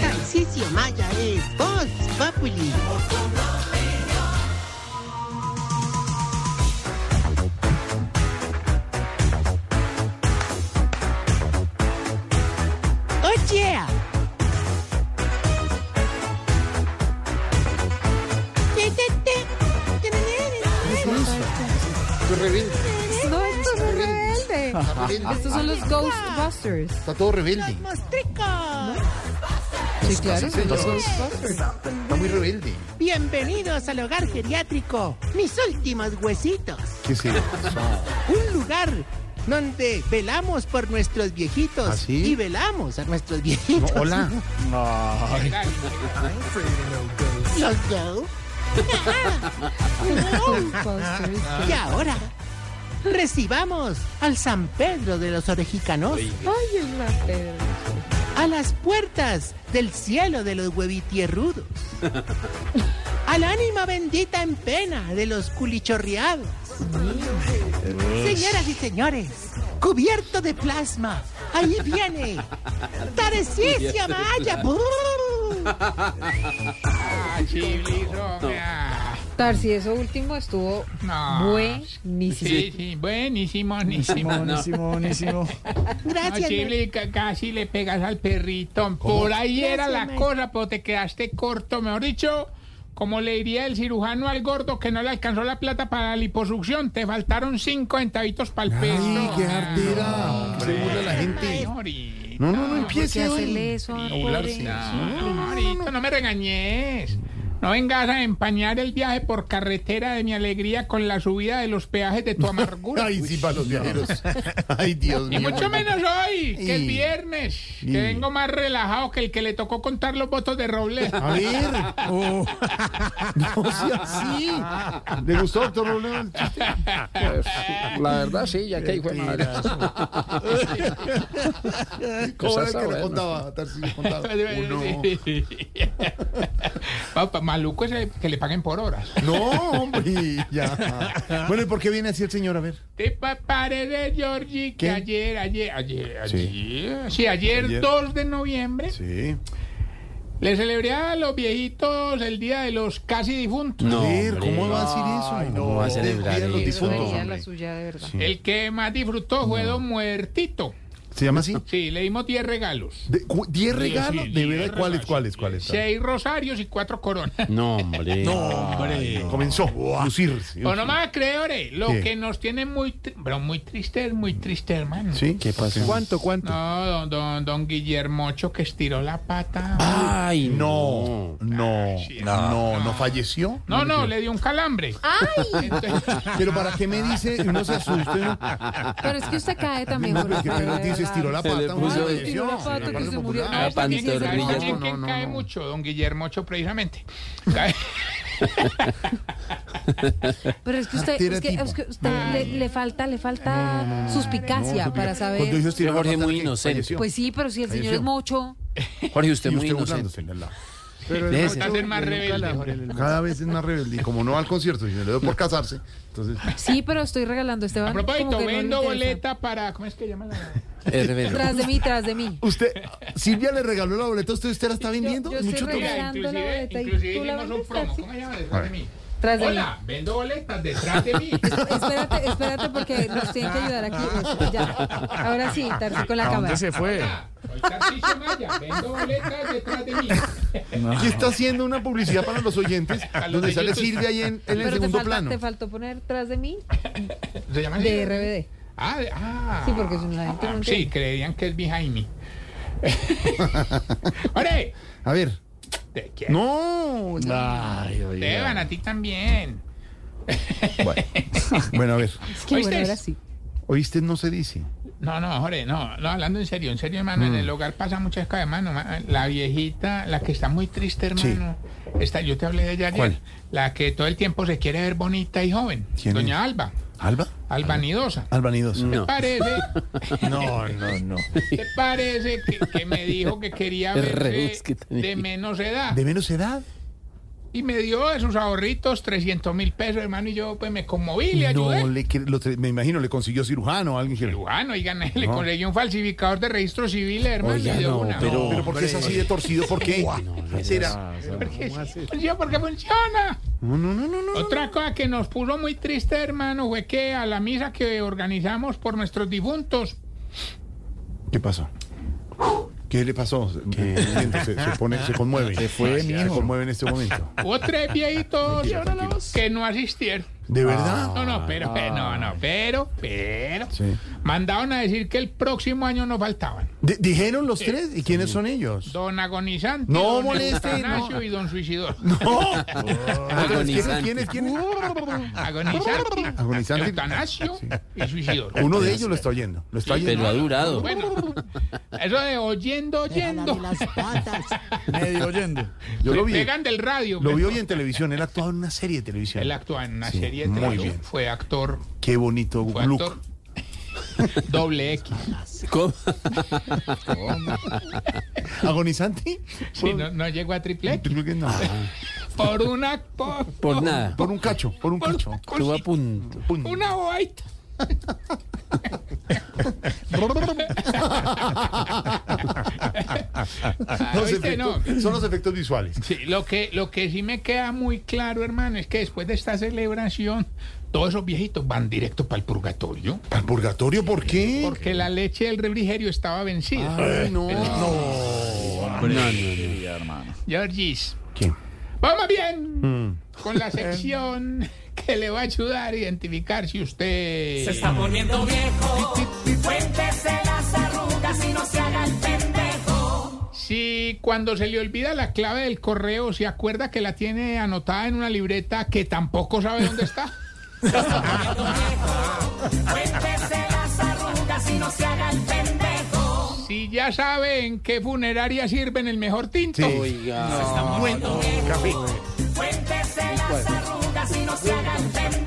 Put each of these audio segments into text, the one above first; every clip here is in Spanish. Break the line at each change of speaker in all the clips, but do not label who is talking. Radio Maya es Voz Populi. Oh yeah. Te, te, te. Te, te, te, te.
Esto es rebelde.
No, esto no es rebelde.
Está rebelde.
Estos son los Ghostbusters.
Está todo rebelde.
Mostricos.
Sí, claro.
sí,
son los
señor.
Ghostbusters.
Está muy rebelde.
Bienvenidos al hogar geriátrico, mis últimos huesitos.
¿Qué es eso?
Un lugar donde velamos por nuestros viejitos
¿Ah, sí?
y velamos a nuestros
No,
viejitos.
hola.
Los go.
Ghostbusters.
Ah.
y ahora recibamos al San Pedro de los Orejicanos
Ay, el Mateo.
a las puertas del cielo de los huevitierrudos. Al ánima bendita en pena de los culichorriados. Señoras y señores, cubierto de plasma, ahí viene Tarecicia Maya.
Tarsi, eso último estuvo
No.
buenísimo.
Sí, sí, buenísimo, buenísimo. no.
Buenísimo, buenísimo.
No,
Gracias.
Chibli, ca- casi le pegas al perrito. Por ahí era la
Gracias,
cosa, pero te quedaste corto, mejor dicho. Como le diría el cirujano al gordo que no le alcanzó la plata para la liposucción, te faltaron cinco centavitos para el
Ay,
peso. Ah.
qué artera. Se burla la gente. No, no, no empiece. hoy.
eso
No, ahorita Ah, no me regañes. No vengas a empañar el viaje por carretera de mi alegría con la subida de los peajes de tu amargura.
Ay, sí, para los viajeros. Ay, Dios
Y
mío.
mucho menos hoy, que
Y-
el viernes,
y-
que vengo más relajado que el que le tocó contar los votos de Robles.
A ver.
Oh.
No sea así. ¿Le gustó, doctor Robledo, el chiste?
Pues, La verdad, sí, ya que hijo de madre.
¿Cómo era el
está
que le
bueno.
contaba? Tarcisio contaba. Uno.
Sí. Papá, Maluco es el que le paguen por horas.
No, hombre, ya. Bueno, ¿y por qué viene así el señor? A ver.
Te pa- parece, Georgie, que
¿Qué?
ayer, ayer, ayer, ayer,
Sí.
sí, ayer,
Ayer.
2 de noviembre,
Sí.
le celebré a los viejitos el día de los casi difuntos.
A ver, ¿cómo va a decir eso? Ay, no, va a celebrar los difuntos,
sería la
hombre.
suya de verdad.
El que más disfrutó fue Don Muertito.
¿Se llama así?
Sí, le dimos 10 regalos.
De- cu- ¿Diez regalos?
sí,
¿De
diez
verdad? ¿Cuáles,
regalos.
cuáles, cuáles?
Seis rosarios y cuatro coronas.
No, hombre.
No, hombre. Eh, Comenzó a lucirse.
O no más creedores, lo
¿Qué?
que nos tiene muy, tri- pero muy triste, muy triste, hermano.
¿Sí? ¿Qué pasó?
¿Cuánto, cuánto?
No, don, don, don Guillermocho que estiró la pata.
Ah,
Ay,
No, no,
Ay, sí,
no, no,
no.
falleció.
no, no, le dio un calambre. ¡Ay!
Pero ¿para qué me dice? Uno se asusta. uno-
Pero es que usted cae también.
No, pero es que pero dice,
Jorge, de verdad.
estiró la
Se
pata.
le
uno
puso-
falleció.
Estiró la pata,
Sí,
que se murió.
popular.
Ah, pantorrilla.
¿Quién
No, no,
cae
no, no.
mucho? Don Guillermocho precisamente. Cae-
Pero es que usted,
Tira
es que,
tipo.
es que usted le, le falta, le falta suspicacia para
Cuando
saber.
dijo estiró la
Jorge
pata,
muy
¿qué?
inocente.
Falleció.
Pues sí, pero si el señor
Falleció.
es mocho,
Jorge,
Y
usted muy
usted
inocente.
burlándose, en la-
Déjese.
Falta ser más rebelde. Jorge.
Cada vez es más rebelde. Y como no va al concierto, y se le dio por casarse, entonces...
sí, pero estoy regalando este
A
Esteban.
propósito,
como que no le
vendo
interesa.
boleta para. ¿Cómo es que llama la.?
Es rebelde.
Tras de mí, tras de mí.
Usted, Silvia le regaló la boleta, usted, usted la está vendiendo.
yo
Mucho
estoy
to-
Mira,
Regalando la boleta
inclusive,
y
inclusive
tú la
hicimos un
vendes,
promo.
Tarsi.
¿Cómo se llama? Detrás de mí.
Tras de
Hola, vendo boletas detrás de mí.
Espérate, espérate, porque nos tienen que ayudar aquí. Este, Ya. Ahora sí, Tarsi, con la
¿A
cámara.
dónde se fue?
Ah, Hola, soy Tarcisio Maya, vendo boletas detrás de mí.
Y está haciendo una publicidad para los oyentes,
los
donde
de
sale
YouTube.
Silvia ahí en, en el
Pero te,
segundo
falta-
plano.
te faltó poner tras de mí
¿Se llama así?
de RBD.
Ah, de- ah.
Sí, porque es una gente no
Sí, creerían que es behind me. ¡Ore!
A ver.
Te quiero.
No.
Ay,
Esteban, a ti también.
Bueno. Bueno, a ver.
Es que bueno,
¿Oíste?
ahora sí.
Oíste, no se dice.
No, no, Jorge, no, no, hablando en serio, en serio, hermano, en el hogar pasa muchas cosas, hermano. ma- La viejita, la que está muy triste, hermano. Esta, yo te hablé de ella ayer.
¿Cuál?
La que todo el tiempo se quiere ver bonita y joven.
¿Quién
Doña Alba,
¿Alba?
albanidosa.
Ah, Albanidos.
No.
Parece,
No, no, no.
¿te parece que, que me dijo que quería
El rebus
verse
que tenía.
de menos edad?
¿De menos edad?
y me dio de sus ahorritos 300 mil pesos, hermano, y yo pues me conmoví, le ayudé.
No, le, cre- lo tre- me imagino, le consiguió cirujano alguien que...
Bueno, oigan, le
No.
conseguí un falsificador de registro civil, hermano, y
Oiga,
le dio
no,
una.
pero-
Pero ¿por qué es así de torcido? ¿Por qué? Será.
Porque sí funciona, porque funciona.
No, no, no, no. no.
Otra cosa que nos puso muy triste, hermano, fue que a la misa que organizamos por nuestros difuntos,
¿Qué pasó? ¿Qué le pasó? Lo siento, Se, se pone, se conmueve. Se fue, Se conmueve en este momento.
hubo tres viejitos
Mentira, tranquilos.
que no asistieron.
¿De verdad?
No, no, pero, pero, no, no, pero, pero.
Sí.
Mandaron a decir que el próximo año no faltaban.
Di- ¿Dijeron los tres? ¿Y quiénes son ellos?
Don Agonizante,
No
Don
moleste,
Eutanacio
no.
y Don Suicidor.
¡No!
Agonizante.
¿Quiénes? ¿Quiénes?
Agonizante,
Agonizante.
Eutanacio
Sí.
y Suicidor.
Uno de ellos lo está oyendo. Lo está
Pero ha
oyendo.
durado.
Bueno, eso de oyendo, oyendo.
Jálame las patas.
Medio oyendo.
Yo lo
Le
vi.
pegan del radio.
Lo
pero
vi hoy en televisión. Él actuaba en una serie de televisión.
Él actúa en una
Sí,
serie de
muy
televisión.
bien.
Fue actor.
Qué bonito
Fue
look.
actor. Doble X.
¿Cómo?
¿Agonizante?
Sí, Ah. no, no llegó a triple X.
Creo que no.
Por una. Por,
Por nada.
Por un cacho, por un
por
cacho.
Estuvo a
cosita,
punto.
Pum.
una bobaita. Ah,
Los
¿viste? No.
efectos- Son los efectos visuales.
Sí, lo que, lo que sí me queda muy claro, hermano, es que después de esta celebración, todos esos viejitos van directo para el purgatorio.
¿Al purgatorio por qué?
Porque la leche del refrigerio estaba vencida.
Ah.
Ay, no.
Georgis.
¿Qué?
Vamos bien con la sección que le va a ayudar a identificar si usted...
está poniendo viejo. Cuéntese las arrugas y no se haga el pendejo.
Si cuando se le olvida la clave del correo, se acuerda que la tiene anotada en una libreta que tampoco sabe dónde está.
Cuéntese las arrugas y no se haga el pendejo.
Si ya sabe en qué funeraria sirven el mejor tinto.
Oiga.
Cuéntese las arrugas y no se haga el pendejo.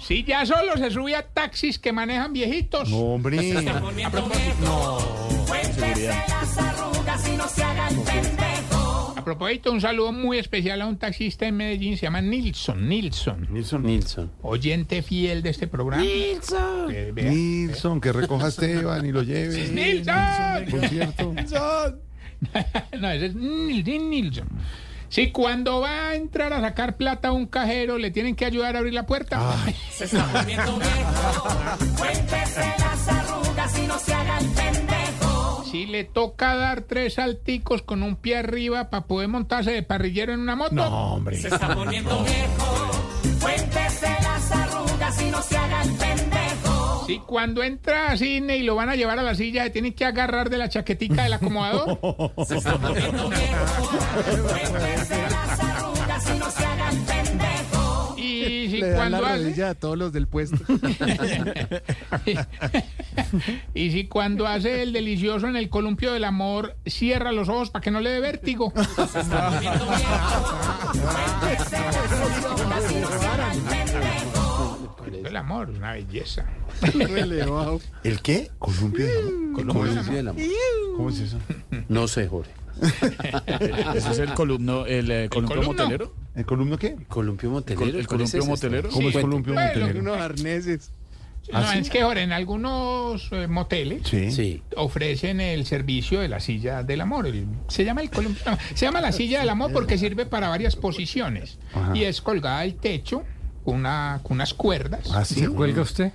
Si ya solo se sube a taxis que manejan viejitos.
No, hombre.
Cuéntese las arrugas y no se haga el pendejo.
A propósito, un saludo muy especial a un taxista en Medellín, se llama Nilson, Nilson,
Nilsson.
Nilsson.
oyente fiel de este programa.
Wilson.
Eh, vea.
Nilsson, que recoja a Esteban y lo lleve.
¡Nilson!
Por cierto.
No, ese es Nilson, Nilson. Si cuando va a entrar a sacar plata a un cajero le tienen que ayudar a abrir la puerta.
Ah.
Se está poniendo viejo. Cuéntese las arrugas y no se haga el pendejo.
Si le toca dar tres salticos con un pie arriba para poder montarse de parrillero en una moto.
No, hombre.
Se está poniendo viejo. Cuéntese las arrugas y no se haga el pendejo.
Si cuando entra a cine y lo van a llevar a la silla le tienen que agarrar de la chaquetica del acomodador.
Se está poniendo viejo. Cuéntese las arrugas y no se haga el pendejo.
Y si
Le dan la
cuando hace...
rodilla a todos los del puesto.
y si cuando hace el delicioso en el columpio del amor, cierra los ojos para que no le dé vértigo.
Cuéntese las arrugas y no se haga el pendejo.
el amor, una belleza.
¿El qué? Columpio. de amor.
¿Cómo se dice el amor?
¿Cómo es eso?
No sé, Jorge.
¿Ese es el columno, el, eh, columpio
columno?
motelero?
¿El columno qué?
Columpio motelero.
¿El
¿cuál es
columpio
ese?
motelero?
¿Cómo es
cuente.
columpio
Bueno,
motelero?
arneses.
No,
¿Ah, sí?
es que ahora en algunos eh, moteles
Sí.
Sí.
ofrecen el servicio de la silla del amor. el- se llama el columpio- no, se llama la silla del amor porque sirve para varias posiciones
Ajá.
y es colgada al techo con una, con unas cuerdas.
¿Ah, sí?
usted?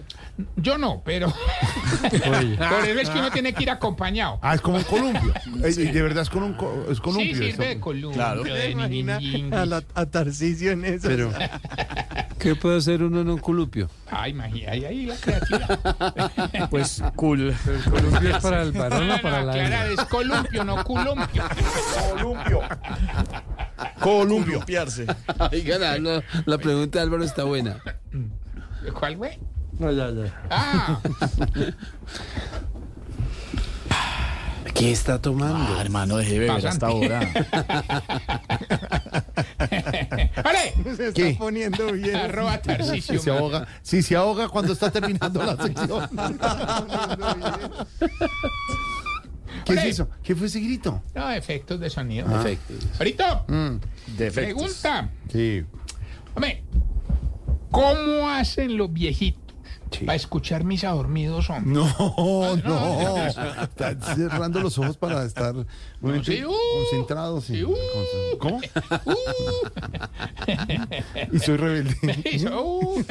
Yo no, pero por eso es que uno tiene que ir acompañado.
Ah, es como un columpio. Eh, De verdad es con un co- es
Sí,
columpio.
sirve de
Está-
columpio.
Claro.
de niñinguis.
a, la, a Tarcisio en eso.
Pero, ¿qué puede hacer uno en un columpio?
Ay, magia, ahí, ahí la creatividad.
Pues cool.
Colombia es para el varón o para la hembra.
Clara, es columpio, no columpio.
Columpio. Columpio.
Columpiarse.
Oiga, la, la- la pregunta de Álvaro está buena.
¿Cuál, güey?
No, ya, ya.
Ah,
¿Qué está tomando?
Ah, hermano, deje de beber hasta
Pasante.
ahora.
¡Vale!
Se está
¿Qué?
poniendo bien.
Arroba Tarcisio.
Se ahoga. Sí, se ahoga cuando está terminando la sección. ¿Qué es
Ole.
eso? Ah. ¿Qué fue ese grito?
No, efectos de sonido.
Perfecto.
Ahorita,
Mm,
Defectos.
pregunta.
Sí.
Hombre, ¿cómo hacen los viejitos
Sí.
para escuchar misa dormidos, hombre?
No, no. Están cerrando los ojos para estar
No, sí, uh,
concentrados. y-
sí, uh.
¿Cómo?
Uh,
Y soy rebelde.
eso, uh.